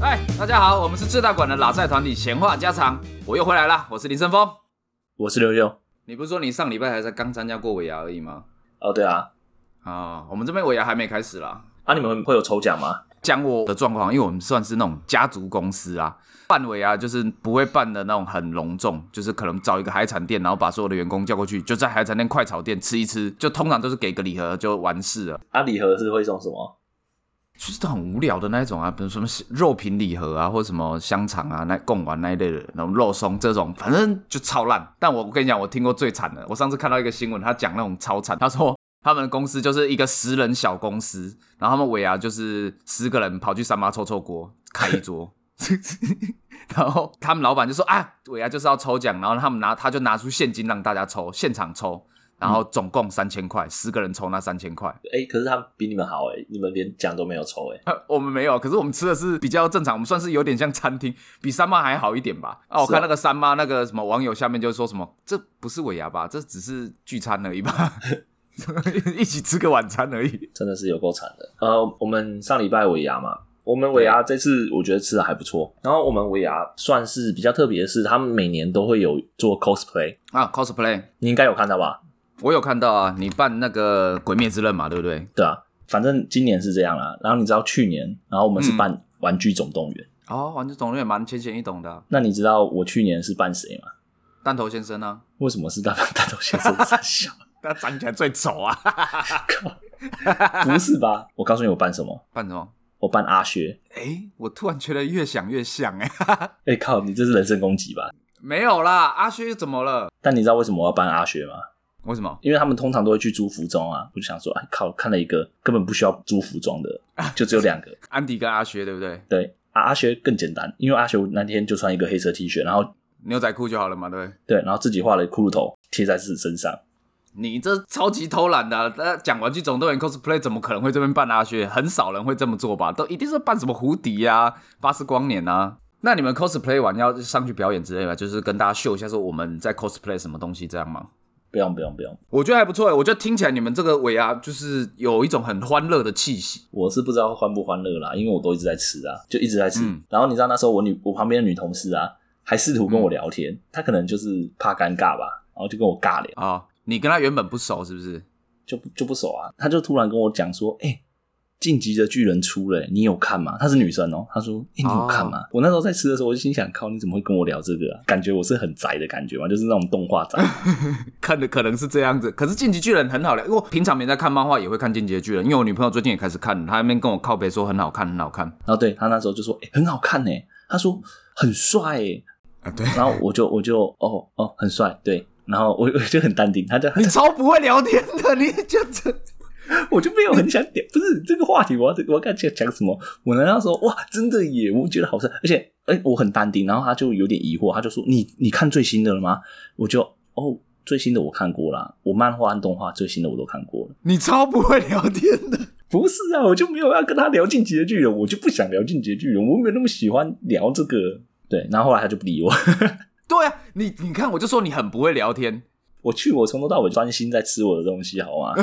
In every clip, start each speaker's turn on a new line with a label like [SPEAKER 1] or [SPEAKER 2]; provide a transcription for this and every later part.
[SPEAKER 1] 哎大家好，我们是最大馆的拉塞团体闲话家常，我又回来啦，我是林森峰。
[SPEAKER 2] 我是刘秀。
[SPEAKER 1] 你不是说你上礼拜还才刚参加过尾牙而已吗？
[SPEAKER 2] 哦，对啊，
[SPEAKER 1] 啊、我们这边尾牙还没开始啦。
[SPEAKER 2] 啊，你们会有抽奖吗？
[SPEAKER 1] 讲我的状况，因为我们算是那种家族公司啊，办尾牙就是不会办的那种很隆重，就是可能找一个海产店，然后把所有的员工叫过去，就在海产店快炒店吃一吃，就通常都是给个礼盒就完事了。
[SPEAKER 2] 啊，礼盒是会送什么？
[SPEAKER 1] 就是都很无聊的那一种啊，比如什么肉品礼盒啊，或者什么香肠啊、那贡丸那一类的，然后肉松这种，反正就超烂。但我跟你讲，我听过最惨的，我上次看到一个新闻，他讲那种超惨，他说他们公司就是一个十人小公司，然后他们尾牙就是十个人跑去三妈臭臭锅开一桌。 然后他们老板就说啊，尾牙就是要抽奖，然后他们拿他就拿出现金让大家抽，现场抽，然后总共三千块，十个人抽那三千块，
[SPEAKER 2] 哎、可是他比你们好哎、你们连奖都没有抽哎、
[SPEAKER 1] 我们没有，可是我们吃的是比较正常，我们算是有点像餐厅，比三妈还好一点吧。啊，我
[SPEAKER 2] 是啊
[SPEAKER 1] 看那个三妈那个什么网友下面就说什么，这不是尾牙吧，这只是聚餐而已吧， 一起吃个晚餐而已。
[SPEAKER 2] 真的是有够惨的。呃，我们上礼拜尾牙嘛，我们尾牙这次我觉得吃的还不错。然后我们尾牙算是比较特别的是，他们每年都会有做 cosplay，
[SPEAKER 1] 啊，cosplay，
[SPEAKER 2] 你应该有看到吧？
[SPEAKER 1] 我有看到啊，你办那个《鬼灭之刃》嘛，对不对？
[SPEAKER 2] 对啊，反正今年是这样啦。然后你知道去年，然后我们是办《玩具总动员》
[SPEAKER 1] 哦，玩具总动员蛮浅显易懂的啊、
[SPEAKER 2] 那你知道我去年是扮谁吗？
[SPEAKER 1] 弹头先生啊，
[SPEAKER 2] 为什么是大大头先 生傻笑？
[SPEAKER 1] 他长起来最丑啊，
[SPEAKER 2] 不是吧？我告诉你我扮什么，
[SPEAKER 1] 扮什么？
[SPEAKER 2] 我扮阿薛。
[SPEAKER 1] 诶，我突然觉得越想越像哎、
[SPEAKER 2] 哎、靠，你这是人身攻击吧？
[SPEAKER 1] 没有啦，阿薛怎么了？
[SPEAKER 2] 但你知道为什么我要搬阿薛吗？
[SPEAKER 1] 为什么？
[SPEAKER 2] 因为他们通常都会去租服装啊。我就想说，哎靠，看了一个根本不需要租服装的，就只有两个。
[SPEAKER 1] 安迪跟阿薛对不对？
[SPEAKER 2] 对，啊、阿薛更简单，因为阿薛那天就穿一个黑色 T 恤，然后
[SPEAKER 1] 牛仔裤就好了嘛，对不对？
[SPEAKER 2] 对，然后自己画了骷髅头贴在自己身上。
[SPEAKER 1] 你这超级偷懒的、啊！那讲《玩具总动员》cosplay 怎么可能会这边办阿薛？很少人会这么做吧？都一定是办什么胡迪呀、啊、巴斯光年啊。那你们 cosplay 完要上去表演之类的，就是跟大家秀一下说我们在 cosplay 什么东西这样吗？
[SPEAKER 2] 不用不用不用，
[SPEAKER 1] 我觉得还不错欸，我觉得听起来你们这个尾牙就是有一种很欢乐的气息。
[SPEAKER 2] 我是不知道欢不欢乐啦，因为我都一直在吃啊，就一直在吃。
[SPEAKER 1] 嗯
[SPEAKER 2] 然后你知道那时候我女我旁边的女同事啊，还试图跟我聊天，她可能就是怕尴尬吧，然后就跟我尬聊。
[SPEAKER 1] 啊、你跟他原本不熟是不是？
[SPEAKER 2] 就不就不熟啊。他就突然跟我讲说：“哎、晋级的巨人》出了、欸你有看吗？”她是女生哦，她说：“哎、你有看吗？”我那时候在吃的时候，我就心想：“靠，你怎么会跟我聊这个啊？感觉我是很宅的感觉嘛，就是那种动画宅。
[SPEAKER 1] 看的可能是这样子，可是《进击巨人》很好聊，因为我平常没在看漫画，也会看《进击的巨人》，因为我女朋友最近也开始看了，她在那边跟我靠背说很好看，很好看。”
[SPEAKER 2] 然后对他那时候就说：“哎、很好看呢、她说：“很帅哎、
[SPEAKER 1] 啊，对，
[SPEAKER 2] 然后我就我就哦哦，很帅，对。然后我我就很淡定，他就
[SPEAKER 1] 你超不会聊天的，你就这
[SPEAKER 2] 我就没有很想点，不是这个话题我，要我要跟他讲讲什么？我难道说哇，真的耶？我觉得好帅，而且哎、我很淡定，然后他就有点疑惑，他就说你你看最新的了吗？我就哦，最新的我看过啦，我漫画和动画最新的我都看过了。
[SPEAKER 1] 你超不会聊天的。
[SPEAKER 2] 不是啊，我就没有要跟他聊《进击的巨人》，我就不想聊《进击的巨人》，我没有那么喜欢聊这个。对，然后后来他就不理我。
[SPEAKER 1] 对啊，你你看，我就说你很不会聊天，
[SPEAKER 2] 我去，我从头到尾专心在吃我的东西，好吗？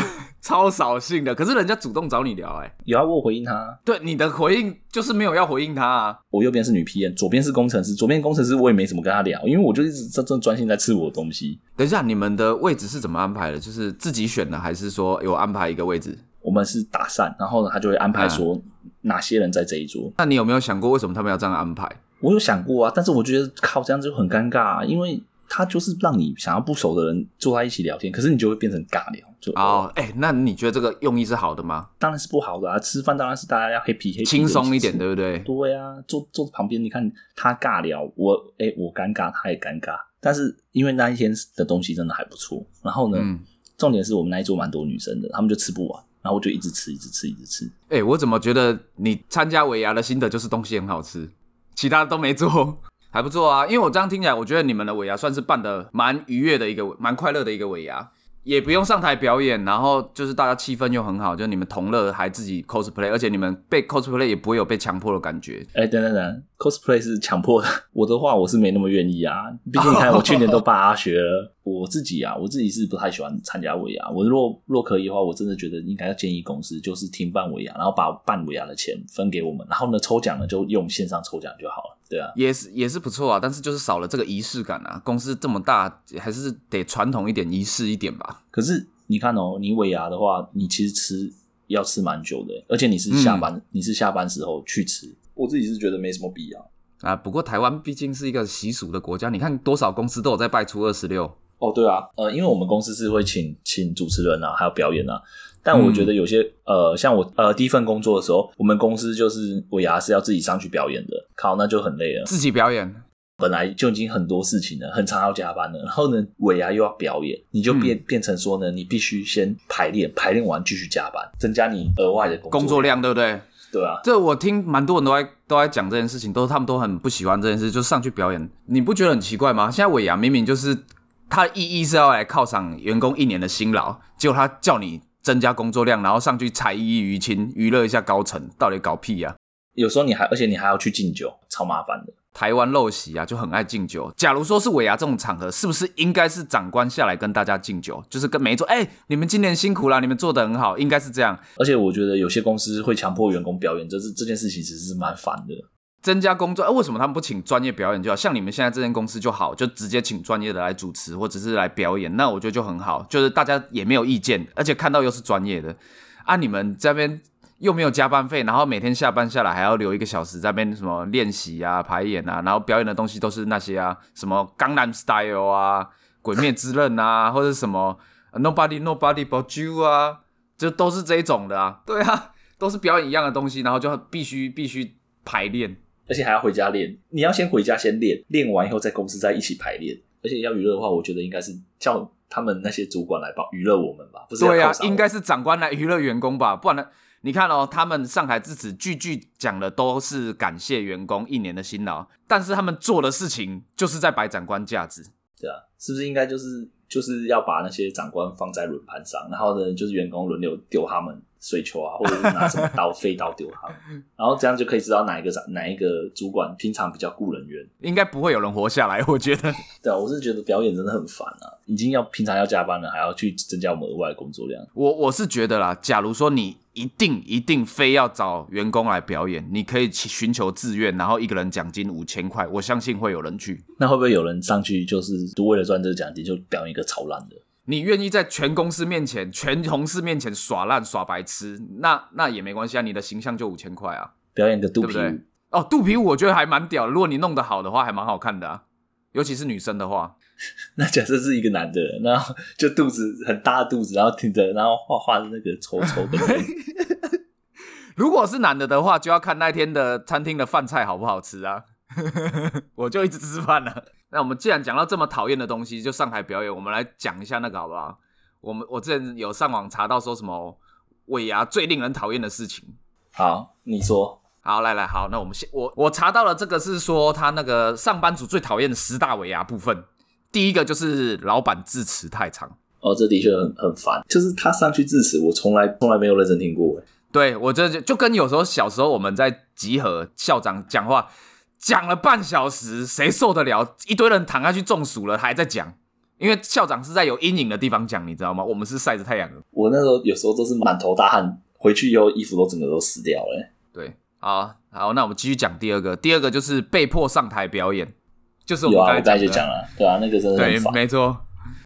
[SPEAKER 1] 超扫兴的。可是人家主动找你聊、哎，
[SPEAKER 2] 有啊，我有回应他。
[SPEAKER 1] 对你的回应就是没有要回应他啊。
[SPEAKER 2] 我右边是女 PM，左边是工程师，左边工程师我也没怎么跟他聊，因为我就一直真正专心在吃我的东西。
[SPEAKER 1] 等一下，你们的位置是怎么安排的？就是自己选的，还是说有安排一个位置？
[SPEAKER 2] 我们是打散，然后呢，他就会安
[SPEAKER 1] 嗯
[SPEAKER 2] 排说哪些人在这一桌。
[SPEAKER 1] 那你有没有想过为什么他们要这样安排？
[SPEAKER 2] 我有想过啊，但是我觉得靠这样子就很尴尬、啊，因为他就是让你想要不熟的人坐在一起聊天，可是你就会变成尬聊，就、
[SPEAKER 1] 哦，哎、那你觉得这个用意是好的吗？
[SPEAKER 2] 当然是不好的啊。吃饭当然是大家要 happy happy
[SPEAKER 1] 轻松一点，
[SPEAKER 2] 的
[SPEAKER 1] 对不对
[SPEAKER 2] 起。？对啊，坐坐旁边，你看他尬聊，我哎、我尴尬，他也尴尬，但是因为那一天的东西真的还不错，然后呢，
[SPEAKER 1] 嗯，
[SPEAKER 2] 重点是我们那一桌蛮多女生的，她们就吃不完，然后我就一直吃，一直吃，一直吃。
[SPEAKER 1] 哎、我怎么觉得你参加尾牙的心得就是东西很好吃，其他都没做， 还不错啊。因为我这样听起来，我觉得你们的尾牙算是办的蛮愉悦的一个，蛮快乐的一个尾牙。也不用上台表演，然后就是大家气氛又很好，就你们同乐还自己 cosplay，而且你们被 cosplay 也不会有被强迫的感觉。
[SPEAKER 2] 哎，等等等，cosplay 是强迫的。我的话，我是没那么愿意啊。毕竟你看，我去年都罢学了。我自己啊，我自己是不太喜欢参加尾牙。我若若可以的话，我真的觉得应该要建议公司就是停办尾牙，然后把办尾牙的钱分给我们，然后呢，抽奖呢就用线上抽奖就好了。对啊，
[SPEAKER 1] 也是也是不错啊，但是就是少了这个仪式感啊。公司这么大，还是得传统一点、仪式一点吧。
[SPEAKER 2] 可是你看哦，你尾牙的话，你其实吃要吃蛮久的，而且你是下班，你是下班时候去吃。嗯我自己是觉得没什么必要。
[SPEAKER 1] 啊，不过台湾毕竟是一个习俗的国家，你看多少公司都有在拜初二十六。
[SPEAKER 2] 哦，对啊，呃，因为我们公司是会请请主持人啊，还有表演啊。但我觉得有些、呃，像我呃第一份工作的时候，我们公司就是尾牙是要自己上去表演的，靠，那就很累了。
[SPEAKER 1] 自己表演，
[SPEAKER 2] 本来就已经很多事情了，很常要加班了，然后呢，尾牙又要表演，你就变、变成说呢，你必须先排练，排练完继续加班，增加你额外的工作
[SPEAKER 1] 工作量对不对？
[SPEAKER 2] 对啊，
[SPEAKER 1] 这我听蛮多人都在都在讲这件事情，都他们都很不喜欢这件事，就上去表演，你不觉得很奇怪吗？现在尾牙明明就是他的意义是要来犒赏员工一年的辛劳，结果他叫你增加工作量，然后上去才艺娱亲，娱乐一下高层，到底搞屁啊呀、
[SPEAKER 2] 有时候你还而且你还要去敬酒，超麻烦的。
[SPEAKER 1] 台湾陋习啊，就很爱敬酒。假如说是尾牙这种场合，是不是应该是长官下来跟大家敬酒，就是跟每一桌，哎、你们今年辛苦啦，你们做的很好，应该是这样。
[SPEAKER 2] 而且我觉得有些公司会强迫员工表演，这是这件事情其实是蛮烦的。
[SPEAKER 1] 增加工作，哎、为什么他们不请专业表演就好？像你们现在这间公司就好，就直接请专业的来主持或者是来表演，那我觉得就很好，就是大家也没有意见，而且看到又是专业的。啊，你们这边又没有加班费，然后每天下班下来还要留一个小时在那边什么练习啊、排演啊，然后表演的东西都是那些啊，什么《江南 Style》啊、《鬼灭之刃》啊，或者什么呃《Nobody Nobody But You》啊，就都是这一种的啊。对啊，都是表演一样的东西，然后就必须必须排练。
[SPEAKER 2] 而且还要回家练。你要先回家先练，练完以后在公司再一起排练。而且要娱乐的话，我觉得应该是叫他们那些主管来帮娱乐我们吧，不是要
[SPEAKER 1] 对啊
[SPEAKER 2] 犒，赏我
[SPEAKER 1] 应该是长官来娱乐员工吧，不然呢？你看哦，他们上台致辞，句句讲的都是感谢员工一年的辛劳，但是他们做的事情就是在摆长官架子。
[SPEAKER 2] 对啊，是不是应该就是就是要把那些长官放在轮盘上，然后呢，就是员工轮流丢他们水 球啊，或者是拿什么刀飞刀丢他们，然后这样就可以知道哪一个长哪一个主管平常比较顾人缘。
[SPEAKER 1] 应该不会有人活下来，我觉得。
[SPEAKER 2] 对啊，我是觉得表演真的很烦啊，已经要平常要加班了，还要去增加我们额外的工作量。
[SPEAKER 1] 我我是觉得啦，假如说你一定一定非要找员工来表演，你可以去寻求自愿，然后一个人奖金五千块，我相信会有人去。
[SPEAKER 2] 那会不会有人上去就是就为了赚这个奖金就表演一个超烂的？
[SPEAKER 1] 你愿意在全公司面前、全同事面前耍烂耍白痴，那那也没关系啊，你的形象就五千块啊。
[SPEAKER 2] 表演个肚皮
[SPEAKER 1] 对不
[SPEAKER 2] 舞
[SPEAKER 1] 对？哦，肚皮舞我觉得还蛮屌的，如果你弄得好的话，还蛮好看的啊。尤其是女生的话，
[SPEAKER 2] 那假设是一个男的，然后就肚子很大的肚子，然后挺着，然后画画的那个丑丑的 脸，
[SPEAKER 1] 如果是男的的话，就要看那天的餐厅的饭菜好不好吃啊。 我就一直吃饭了。那我们既然讲到这么讨厌的东西，就上台表演，我们来讲一下那个好不好？我们我之前有上网查到说什么尾牙最令人讨厌的事情，
[SPEAKER 2] 好，你说
[SPEAKER 1] 好，来来，好，那我们先我我查到了这个是说他那个上班族最讨厌的十大尾牙部分，第一个就是老板致辞太长。
[SPEAKER 2] 哦，这的确很很烦。就是他上去致辞，我从来从来没有认真听过。欸
[SPEAKER 1] 对我这就就跟有时候小时候我们在集合，校长讲话讲了半小时，谁受得了？一堆人躺下去中暑了还在讲，因为校长是在有阴影的地方讲，你知道吗？我们是晒着太阳的。
[SPEAKER 2] 我那时候有时候都是满头大汗，回去以后衣服都整个都湿掉欸了。
[SPEAKER 1] 对，好好，那我们继续讲第二个，第二个就是被迫上台表演，就是我
[SPEAKER 2] 有
[SPEAKER 1] 们
[SPEAKER 2] 啊，
[SPEAKER 1] 刚
[SPEAKER 2] 我
[SPEAKER 1] 才
[SPEAKER 2] 刚才
[SPEAKER 1] 讲的
[SPEAKER 2] 就讲了，对啊，那个真的
[SPEAKER 1] 对
[SPEAKER 2] 很，烦。
[SPEAKER 1] 没错。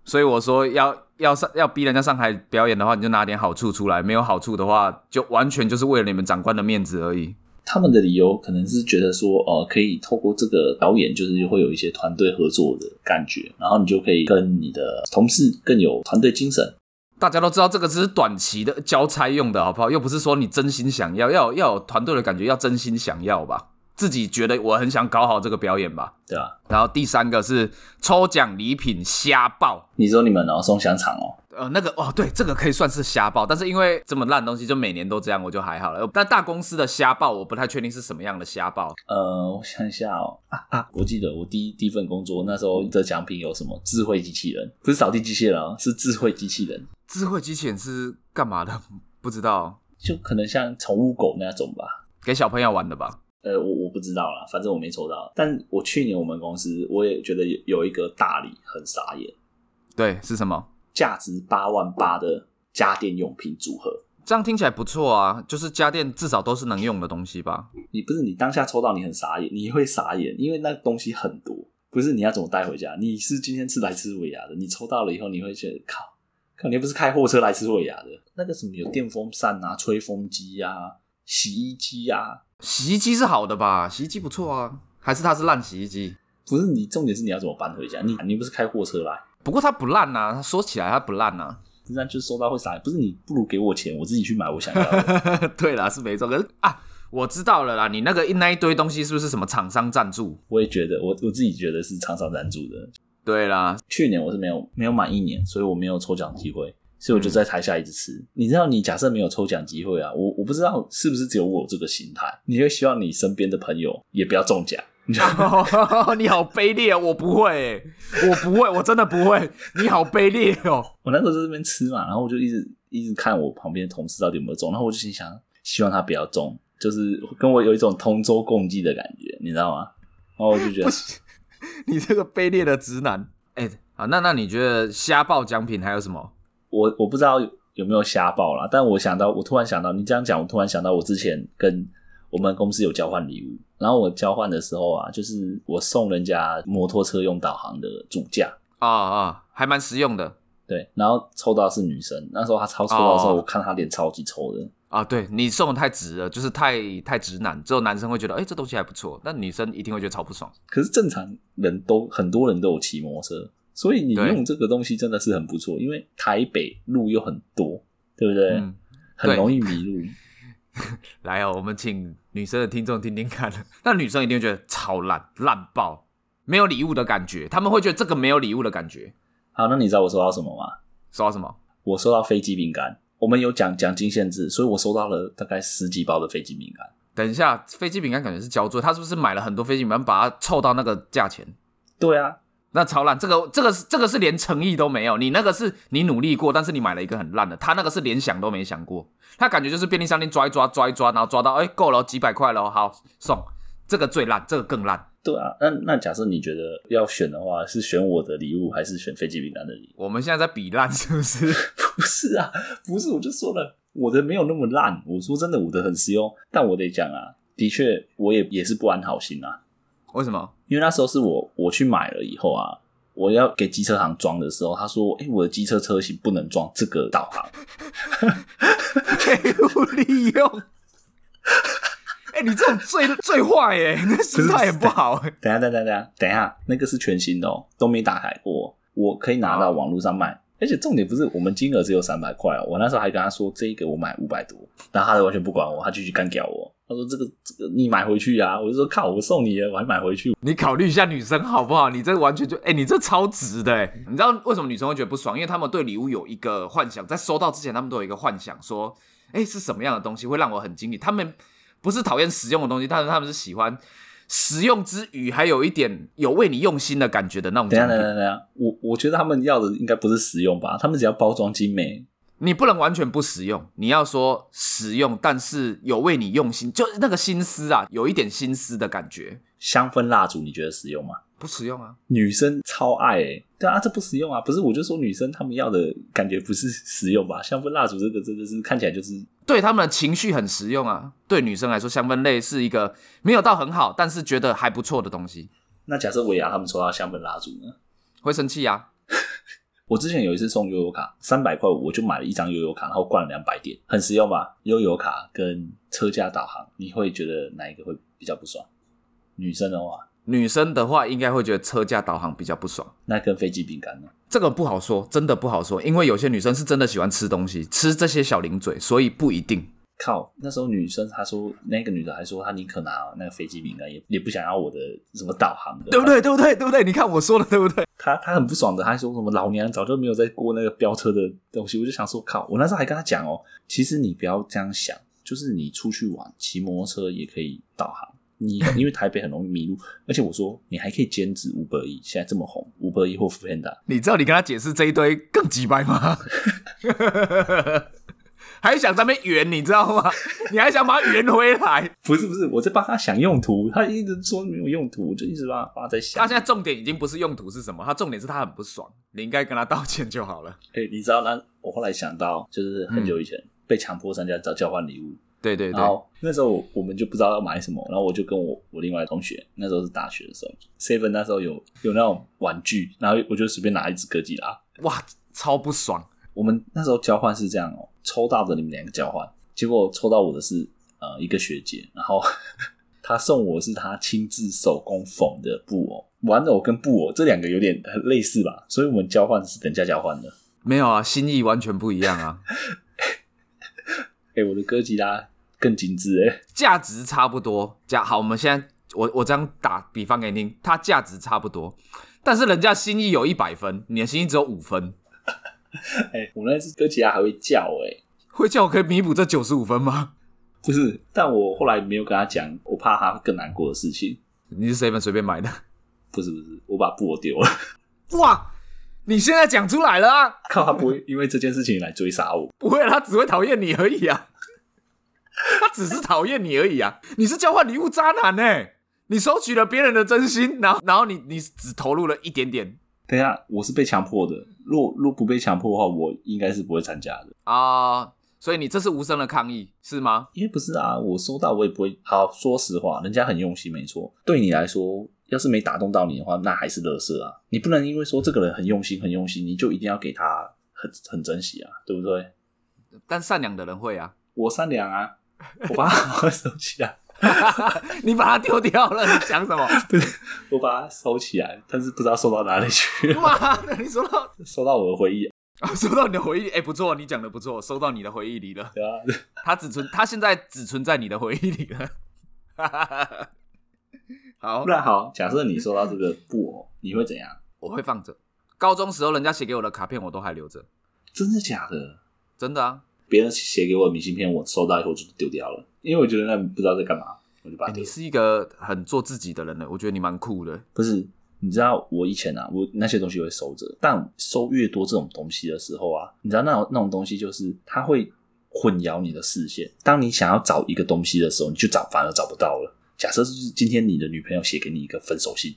[SPEAKER 1] 所以我说要要上要逼人家上台表演的话，你就拿点好处出来；没有好处的话，就完全就是为了你们长官的面子而已。
[SPEAKER 2] 他们的理由可能是觉得说，呃，可以透过这个导演，就是会有一些团队合作的感觉，然后你就可以跟你的同事更有团队精神。
[SPEAKER 1] 大家都知道这个只是短期的交差用的，好不好？又不是说你真心想要，要有要有团队的感觉，要真心想要吧。自己觉得我很想搞好这个表演吧。
[SPEAKER 2] 对啊，
[SPEAKER 1] 然后第三个是抽奖礼品瞎爆，
[SPEAKER 2] 你说你们哦送香肠哦，
[SPEAKER 1] 呃，那个哦，对，这个可以算是瞎报，但是因为这么烂的东西，就每年都这样，我就还好了。但大公司的瞎报，我不太确定是什么样的瞎报。
[SPEAKER 2] 呃，我想一下哦，啊啊，我记得我第一第一份工作那时候的奖品有什么？智慧机器人，不是扫地机器人哦，是智慧机器人，
[SPEAKER 1] 智慧机器人是干嘛的？不知道，
[SPEAKER 2] 就可能像宠物狗那种吧。
[SPEAKER 1] 给小朋友玩的吧？
[SPEAKER 2] 呃，我我不知道啦，反正我没抽到。但我去年我们公司，我也觉得有有一个大礼很傻眼，
[SPEAKER 1] 对，是什么？
[SPEAKER 2] 价值八万八的家电用品组合。
[SPEAKER 1] 这样听起来不错啊，就是家电至少都是能用的东西吧？
[SPEAKER 2] 你不是你当下抽到，你很傻眼，你会傻眼，因为那东西很多，不是你要怎么带回家？你是今天是来吃尾牙的，你抽到了以后，你会觉得靠，靠，你又不是开货车来吃尾牙的。那个什么有电风扇啊、吹风机啊、洗衣机啊，
[SPEAKER 1] 洗衣机是好的吧？洗衣机不错啊，还是它是烂洗衣机？
[SPEAKER 2] 不是你重点是你要怎么搬回家？你你不是开货车来？
[SPEAKER 1] 不过它不烂呐、啊，它说起来它不烂啊呐、
[SPEAKER 2] 这样就收到会傻眼。不是你不如给我钱，我自己去买我想要的。
[SPEAKER 1] 啊。 对啦，是没错。可是啊，我知道了啦，你那个一那一堆东西是不是什么厂商赞助？
[SPEAKER 2] 我也觉得，我我自己觉得是厂商赞助的。
[SPEAKER 1] 对啦，
[SPEAKER 2] 去年我是没有没有满一年，所以我没有抽奖机会，所以我就在台下一直吃。你知道，你假设没有抽奖机会啊，我我不知道是不是只有我有这个心态，你会希望你身边的朋友也不要中奖。 你知道吗
[SPEAKER 1] 你好卑劣哦，我不会欸、我不会，我真的不会。你好卑劣哦，
[SPEAKER 2] 我那时候在这边吃嘛，然后我就一直一直看我旁边的同事到底有没有中，然后我就心想，希望他不要中，就是跟我有一种同舟共济的感觉，你知道吗？然后我就觉得，
[SPEAKER 1] 你这个卑劣的直男。哎、好，那那你觉得瞎报奖品还有什么？
[SPEAKER 2] 我我不知道有没有瞎报啦，但我想到，我突然想到，你这样讲，我突然想到，我之前跟我们公司有交换礼物，然后我交换的时候啊，就是我送人家摩托车用导航的主架，
[SPEAKER 1] 啊啊，还蛮实用的
[SPEAKER 2] 对，然后抽到是女生，那时候她抽抽到的时候，
[SPEAKER 1] 哦
[SPEAKER 2] 我看她脸超级臭的，
[SPEAKER 1] 啊。对你送的太直了，就是太太直男，只有男生会觉得，哎、这东西还不错，但女生一定会觉得超不爽。
[SPEAKER 2] 可是正常人都很多人都有骑摩托车，所以你
[SPEAKER 1] 对
[SPEAKER 2] 用这个东西真的是很不错，因为台北路又很多，对不对？
[SPEAKER 1] 嗯，
[SPEAKER 2] 很
[SPEAKER 1] 对
[SPEAKER 2] 容易迷路。
[SPEAKER 1] 来哦，我们请女生的听众听听看， 那女生一定会觉得超烂，烂爆，没有礼物的感觉，他们会觉得这个没有礼物的感觉。
[SPEAKER 2] 好，那你知道我收到什么吗？
[SPEAKER 1] 收到什么？
[SPEAKER 2] 我收到飞机饼干，我们有奖奖金限制，所以我收到了大概十几包的飞机饼干。
[SPEAKER 1] 等一下，飞机饼干感觉是焦作，他是不是买了很多飞机饼干，把它凑到那个价钱？
[SPEAKER 2] 对啊，
[SPEAKER 1] 那超烂，这个这个是这个是连诚意都没有，你那个是你努力过，但是你买了一个很烂的，他那个是连想都没想过，他感觉就是便利商店抓一抓抓一抓，然后抓到哎够了几百块了，好送，这个最烂，这个更烂。
[SPEAKER 2] 对啊。那那假设你觉得要选的话，是选我的礼物还是选飞机饼干的礼物？
[SPEAKER 1] 我们现在在比烂是不是？
[SPEAKER 2] 不是啊，不是，我就说了，我的没有那么烂。我说真的，我的很实用，但我得讲啊，的确我也也是不安好心啊。
[SPEAKER 1] 为什么？
[SPEAKER 2] 因为那时候是我我去买了以后啊，我要给机车行装的时候，他说：“哎、我的机车车型不能装这个导航。
[SPEAKER 1] 废物利用。 哎、你这种最最坏哎、你的心态也不好哎、”
[SPEAKER 2] 等一下，等一下，等一下，等一下，那个是全新的哦，都没打开过，我可以拿到网络上卖。而且重点不是我们金额只有三百块哦，我那时候还跟他说这一个我买五百多，然后他完全不管我，他继续干掉我。他说这个这个你买回去啊，我就说靠，我送你了，我还买回去，
[SPEAKER 1] 你考虑一下女生好不好？你这完全就哎、你这超值的哎、你知道为什么女生会觉得不爽？因为她们对礼物有一个幻想，在收到之前，她们都有一个幻想，说哎、是什么样的东西会让我很惊喜？她们不是讨厌实用的东西，但是她们是喜欢实用之余还有一点有为你用心的感觉的那种
[SPEAKER 2] 等一
[SPEAKER 1] 奖
[SPEAKER 2] 下，等一
[SPEAKER 1] 品。
[SPEAKER 2] 下，等一下，我我觉得他们要的应该不是实用吧，他们只要包装精美。
[SPEAKER 1] 你不能完全不实用，你要说实用，但是有为你用心，就是那个心思啊，有一点心思的感觉，
[SPEAKER 2] 香氛蜡烛你觉得实用吗？
[SPEAKER 1] 不实用啊。
[SPEAKER 2] 女生超爱诶、对啊，这不实用啊！不是，我就说女生她们要的感觉不是实用吧？香氛蜡烛这个真的是看起来就是
[SPEAKER 1] 对他们的情绪很实用啊。对女生来说，香氛类是一个没有到很好，但是觉得还不错的东西，
[SPEAKER 2] 那假设维亚他们抽到香氛蜡烛呢？
[SPEAKER 1] 会生气啊。
[SPEAKER 2] 我之前有一次送悠悠卡，三百块我就买了一张悠悠卡，然后灌了两百点，很实用吧？悠悠卡跟车架导航，你会觉得哪一个会比较不爽？女生的话，
[SPEAKER 1] 女生的话，应该会觉得车架导航比较不爽。
[SPEAKER 2] 那跟飞机饼干呢？
[SPEAKER 1] 这个不好说，真的不好说，因为有些女生是真的喜欢吃东西，吃这些小零嘴，所以不一定。
[SPEAKER 2] 靠，那时候女生她说那个女的还说她宁可拿那个飞机饼干，也也不想要我的什么导航的，
[SPEAKER 1] 对不对？对不对？对不对？你看我说的对不对？
[SPEAKER 2] 他他很不爽的，他还说什么老娘早就没有在过那个飙车的东西，我就想说靠，我那时候还跟他讲哦，其实你不要这样想，就是你出去玩骑摩托车也可以导航，你因为台北很容易迷路，而且我说你还可以兼职五百亿，现在这么红，五百亿或 f a n d a
[SPEAKER 1] 你知道你跟他解释这一堆更鸡掰吗？还想在那边圆，你知道吗？你还想把它圆回来？
[SPEAKER 2] 不是不是，我在帮他想用途，他一直说没有用途，我就一直帮他帮他在想
[SPEAKER 1] 他。现在重点已经不是用途是什么，他重点是他很不爽，你应该跟他道歉就好了。
[SPEAKER 2] 哎、你知道那我后来想到，就是很久以前、被强迫参加找交换礼物，
[SPEAKER 1] 对对对
[SPEAKER 2] 然，后那时候我我们就不知道要买什么，然后我就跟我我另外的同学，那时候是大学的时候，seven 那时候有有那种玩具，然后我就随便拿一只哥吉拉。
[SPEAKER 1] 哇，超不爽！
[SPEAKER 2] 我们那时候交换是这样哦，抽到的你们两个交换，结果抽到我的是呃一个学姐，然后 她送我是她亲自手工缝的布偶，玩偶跟布偶这两个有点呃类似吧，所以我们交换是等价交换的。
[SPEAKER 1] 没有啊，心意完全不一样 啊，
[SPEAKER 2] 哎、我的哥吉拉更精致哎、
[SPEAKER 1] 价值差不多。价好，我们现在我我这样打比方给你听，它价值差不多，但是人家心意有一百分，你的心意只有五分，
[SPEAKER 2] 哎、我那只哥吉拉还会叫哎、
[SPEAKER 1] 会叫我可以弥补这九十五分吗？
[SPEAKER 2] 不是，但我后来没有跟他讲，我怕他更难过的事情。
[SPEAKER 1] 你是 seven 随便买的？
[SPEAKER 2] 不是不是，我把布偶丢了，
[SPEAKER 1] 哇，你现在讲出来了啊！
[SPEAKER 2] 靠，他不会因为这件事情来追杀我。
[SPEAKER 1] 不会啊，他只会讨厌你而已啊， 他只是讨厌你而已啊。你是交换礼物渣男呢、欸你收取了别人的真心，然后然后你你只投入了一点点
[SPEAKER 2] 等一下，我是被强迫的，若若不被强迫的话，我应该是不会参加的。
[SPEAKER 1] 啊、所以你这是无声的抗议是吗？
[SPEAKER 2] 因为不是啊，我收到我也不会。好，说实话，人家很用心，没错。对你来说，要是没打动到你的话，那还是垃圾啊。你不能因为说这个人很用心、很用心，你就一定要给他很很珍惜啊，对不对？
[SPEAKER 1] 但善良的人会啊，
[SPEAKER 2] 我善良啊，我把它好好 收起来。
[SPEAKER 1] 你把它丢掉了，你想什么？
[SPEAKER 2] 不是，我把它收起来，但是不知道收到哪里去，
[SPEAKER 1] 妈的，你说到
[SPEAKER 2] 收到我的回忆，
[SPEAKER 1] 收到你的回忆，哎、不错，你讲的不错，收到你的回忆里了。
[SPEAKER 2] 对啊，
[SPEAKER 1] 它只存，它现在只存在你的回忆里了。 好
[SPEAKER 2] 不，然好，假设你收到这个布偶，你会怎样？
[SPEAKER 1] 我会放着。高中时候人家写给我的卡片我都还留着，
[SPEAKER 2] 真的假的？
[SPEAKER 1] 真的啊。
[SPEAKER 2] 别人写给我的明信片，我收到以后我就丢掉了，因为我觉得那不知道在干嘛，我就把
[SPEAKER 1] 欸
[SPEAKER 2] 它丢
[SPEAKER 1] 你
[SPEAKER 2] 了。
[SPEAKER 1] 是一个很做自己的人呢，我觉得你蛮酷的。
[SPEAKER 2] 不是，你知道我以前啊，我那些东西我会收着，但收越多这种东西的时候啊，你知道那种那种东西就是它会混淆你的视线。当你想要找一个东西的时候，你就找反而找不到了。假设就是今天你的女朋友写给你一个分手信，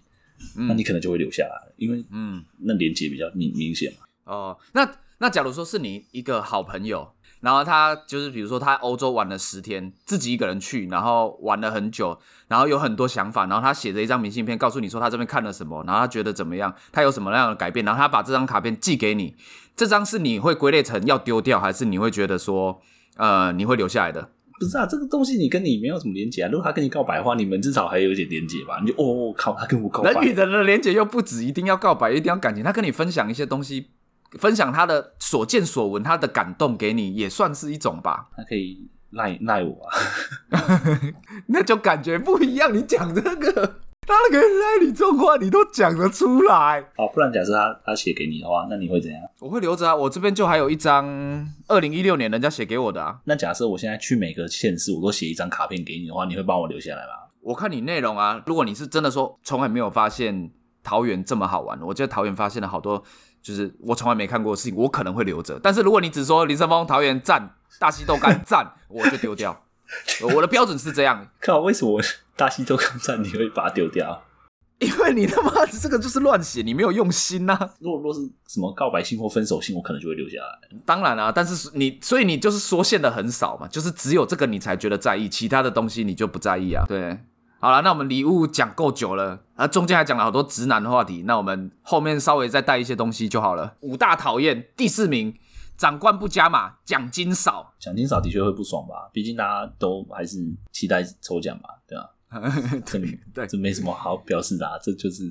[SPEAKER 2] 那
[SPEAKER 1] 嗯
[SPEAKER 2] 你可能就会留下来，因为
[SPEAKER 1] 嗯
[SPEAKER 2] 那连接比较明明显嘛。
[SPEAKER 1] 哦，那那假如说是你一个好朋友，然后他就是比如说他欧洲玩了十天，自己一个人去，然后玩了很久，然后有很多想法，然后他写着一张明信片，告诉你说他这边看了什么，然后他觉得怎么样，他有什么样的改变，然后他把这张卡片寄给你，这张是你会归类成要丢掉，还是你会觉得说呃你会留下来的？
[SPEAKER 2] 不是啊，这个东西你跟你没有什么连接啊。如果他跟你告白的话，你们至少还有一点连接吧？你就哦，我、靠，他跟我告白
[SPEAKER 1] 人，与人的连接又不止一定要告白，一定要感情，他跟你分享一些东西，分享他的所见所闻，他的感动给你，也算是一种吧。
[SPEAKER 2] 他可以赖赖我啊。
[SPEAKER 1] 那就感觉不一样。你讲这个，他可以赖你这种话，你都讲得出来。
[SPEAKER 2] 好，不然假设他他写给你的话，那你会怎样？
[SPEAKER 1] 我会留着啊，我这边就还有一张二零一六年人家写给我的啊。
[SPEAKER 2] 那假设我现在去每个县市，我都写一张卡片给你的话，你会帮我留下来吗？
[SPEAKER 1] 我看你内容啊，如果你是真的说从来没有发现桃园这么好玩，我觉得桃园发现了好多就是我从来没看过的事情，我可能会留着。但是如果你只说林森峰桃园赞，大溪豆干赞，我就丢掉。我的标准是这样，
[SPEAKER 2] 靠，为什么我 大西洲抗战你会把它丢掉？
[SPEAKER 1] 因为你他妈的这个就是乱写，你没有用心呐、啊
[SPEAKER 2] 如果若是什么告白信或分手信，我可能就会留下来。
[SPEAKER 1] 当然啊，但是你所以你就是缩限的很少嘛，就是只有这个你才觉得在意，其他的东西你就不在意啊。对，好了，那我们礼物讲够久了，啊，中间还讲了好多直男的话题，那我们后面稍微再带一些东西就好了。五大讨厌第四名，长官不加码，奖金少。
[SPEAKER 2] 奖金少的确会不爽吧，毕竟大家都还是期待抽奖嘛，对吧、这
[SPEAKER 1] 对
[SPEAKER 2] 这没什么好表示的、啊，这就是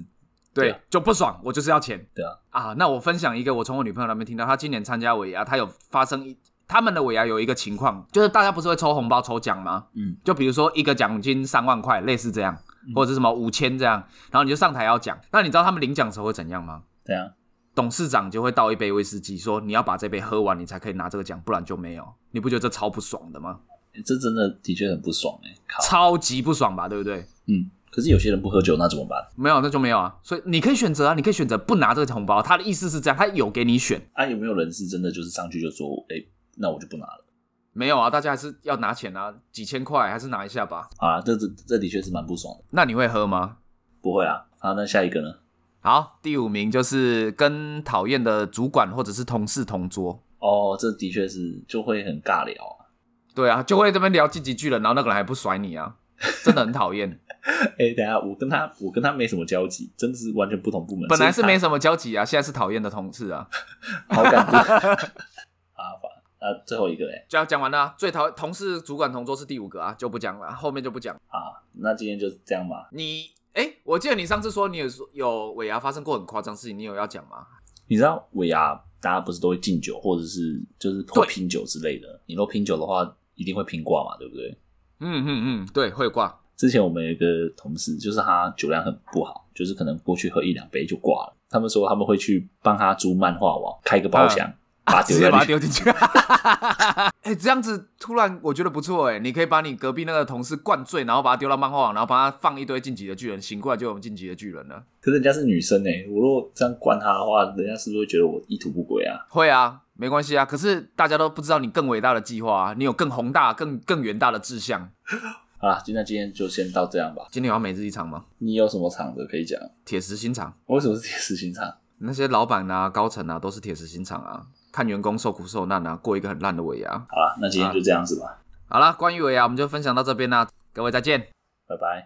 [SPEAKER 1] 对
[SPEAKER 2] 对啊，
[SPEAKER 1] 就不爽，我就是要钱。
[SPEAKER 2] 对啊，
[SPEAKER 1] 啊，那我分享一个，我从我女朋友那边听到，她今年参加尾牙，她有发生一他们的尾牙有一个情况，就是大家不是会抽红包抽奖吗？
[SPEAKER 2] 嗯，
[SPEAKER 1] 就比如说一个奖金三万块，类似这样，或者是什么五千这样，然后你就上台要讲。那你知道他们领奖时候会怎样吗？
[SPEAKER 2] 对啊，
[SPEAKER 1] 董事长就会倒一杯威士忌，说你要把这杯喝完，你才可以拿这个奖，不然就没有。你不觉得这超不爽的吗？
[SPEAKER 2] 这真的的确很不爽哎、靠，
[SPEAKER 1] 超级不爽吧，对不对？
[SPEAKER 2] 嗯，可是有些人不喝酒，那怎么办？
[SPEAKER 1] 没有，那就没有啊。所以你可以选择啊，你可以选择不拿这个红包。他的意思是这样，他有给你选，
[SPEAKER 2] 啊，有没有人是真的就是上去就说，哎、那我就不拿了
[SPEAKER 1] 没有啊，大家还是要拿钱啊，几千块还是拿一下吧。
[SPEAKER 2] 啊？这这这的确是蛮不爽的。
[SPEAKER 1] 那你会喝吗？
[SPEAKER 2] 不会啊，好，那下一个呢？
[SPEAKER 1] 好，第五名就是跟讨厌的主管或者是同事同桌。
[SPEAKER 2] 哦，这的确是就会很尬聊啊。
[SPEAKER 1] 对啊，就会这边聊几几句了，然后那个人还不甩你 啊，真的很讨厌。
[SPEAKER 2] 哎、等一下我跟他我跟他没什么交集，真的是完全不同部门。
[SPEAKER 1] 本来是
[SPEAKER 2] 所以
[SPEAKER 1] 没什么交集啊，现在是讨厌的同事啊。
[SPEAKER 2] 他 好感度啊，反啊，最后一个哎、
[SPEAKER 1] 讲讲完了啊、最讨同事、主管、同桌是第五个啊，就不讲了，后面就不讲。
[SPEAKER 2] 啊，那今天就这样吧。
[SPEAKER 1] 你哎、我记得你上次说你有说有尾牙发生过很夸张的事情，你有要讲吗？
[SPEAKER 2] 你知道尾牙大家不是都会敬酒，或者是就是会
[SPEAKER 1] 对
[SPEAKER 2] 拼酒之类的。你若拼酒的话，一定会拼挂嘛，对不对？
[SPEAKER 1] 嗯嗯嗯，对，会挂。
[SPEAKER 2] 之前我们有一个同事，就是他酒量很不好，就是可能过去喝一两杯就挂了。他们说他们会去帮他租漫画网，开个包厢，把它
[SPEAKER 1] 直
[SPEAKER 2] 丢
[SPEAKER 1] 接
[SPEAKER 2] 在
[SPEAKER 1] 啊把它
[SPEAKER 2] 里面。
[SPEAKER 1] 丢进去。 哎、这样子突然我觉得不错哎、你可以把你隔壁那个同事灌醉，然后把他丢到漫画网，然后帮他放一堆晋级的巨人，醒过来就有晋级的巨人了。
[SPEAKER 2] 可是人家是女生哎、我如果这样灌她的话，人家是不是会觉得我意图不轨啊？
[SPEAKER 1] 会啊，没关系啊。可是大家都不知道你更伟大的计划啊，你有更宏大、更更远大的志向。
[SPEAKER 2] 好啦，那今天就先到这样吧。
[SPEAKER 1] 今天有要每日一场吗？
[SPEAKER 2] 你有什么场子可以讲？
[SPEAKER 1] 铁石心肠，
[SPEAKER 2] 为什么是铁石心肠？
[SPEAKER 1] 那些老板啊、高层啊，都是铁石心肠啊，看员工受苦受难啊，过一个很烂的尾牙。
[SPEAKER 2] 好啦，那今天就这样子吧，
[SPEAKER 1] 好啦，关于尾牙我们就分享到这边啦、各位再见。
[SPEAKER 2] 拜拜。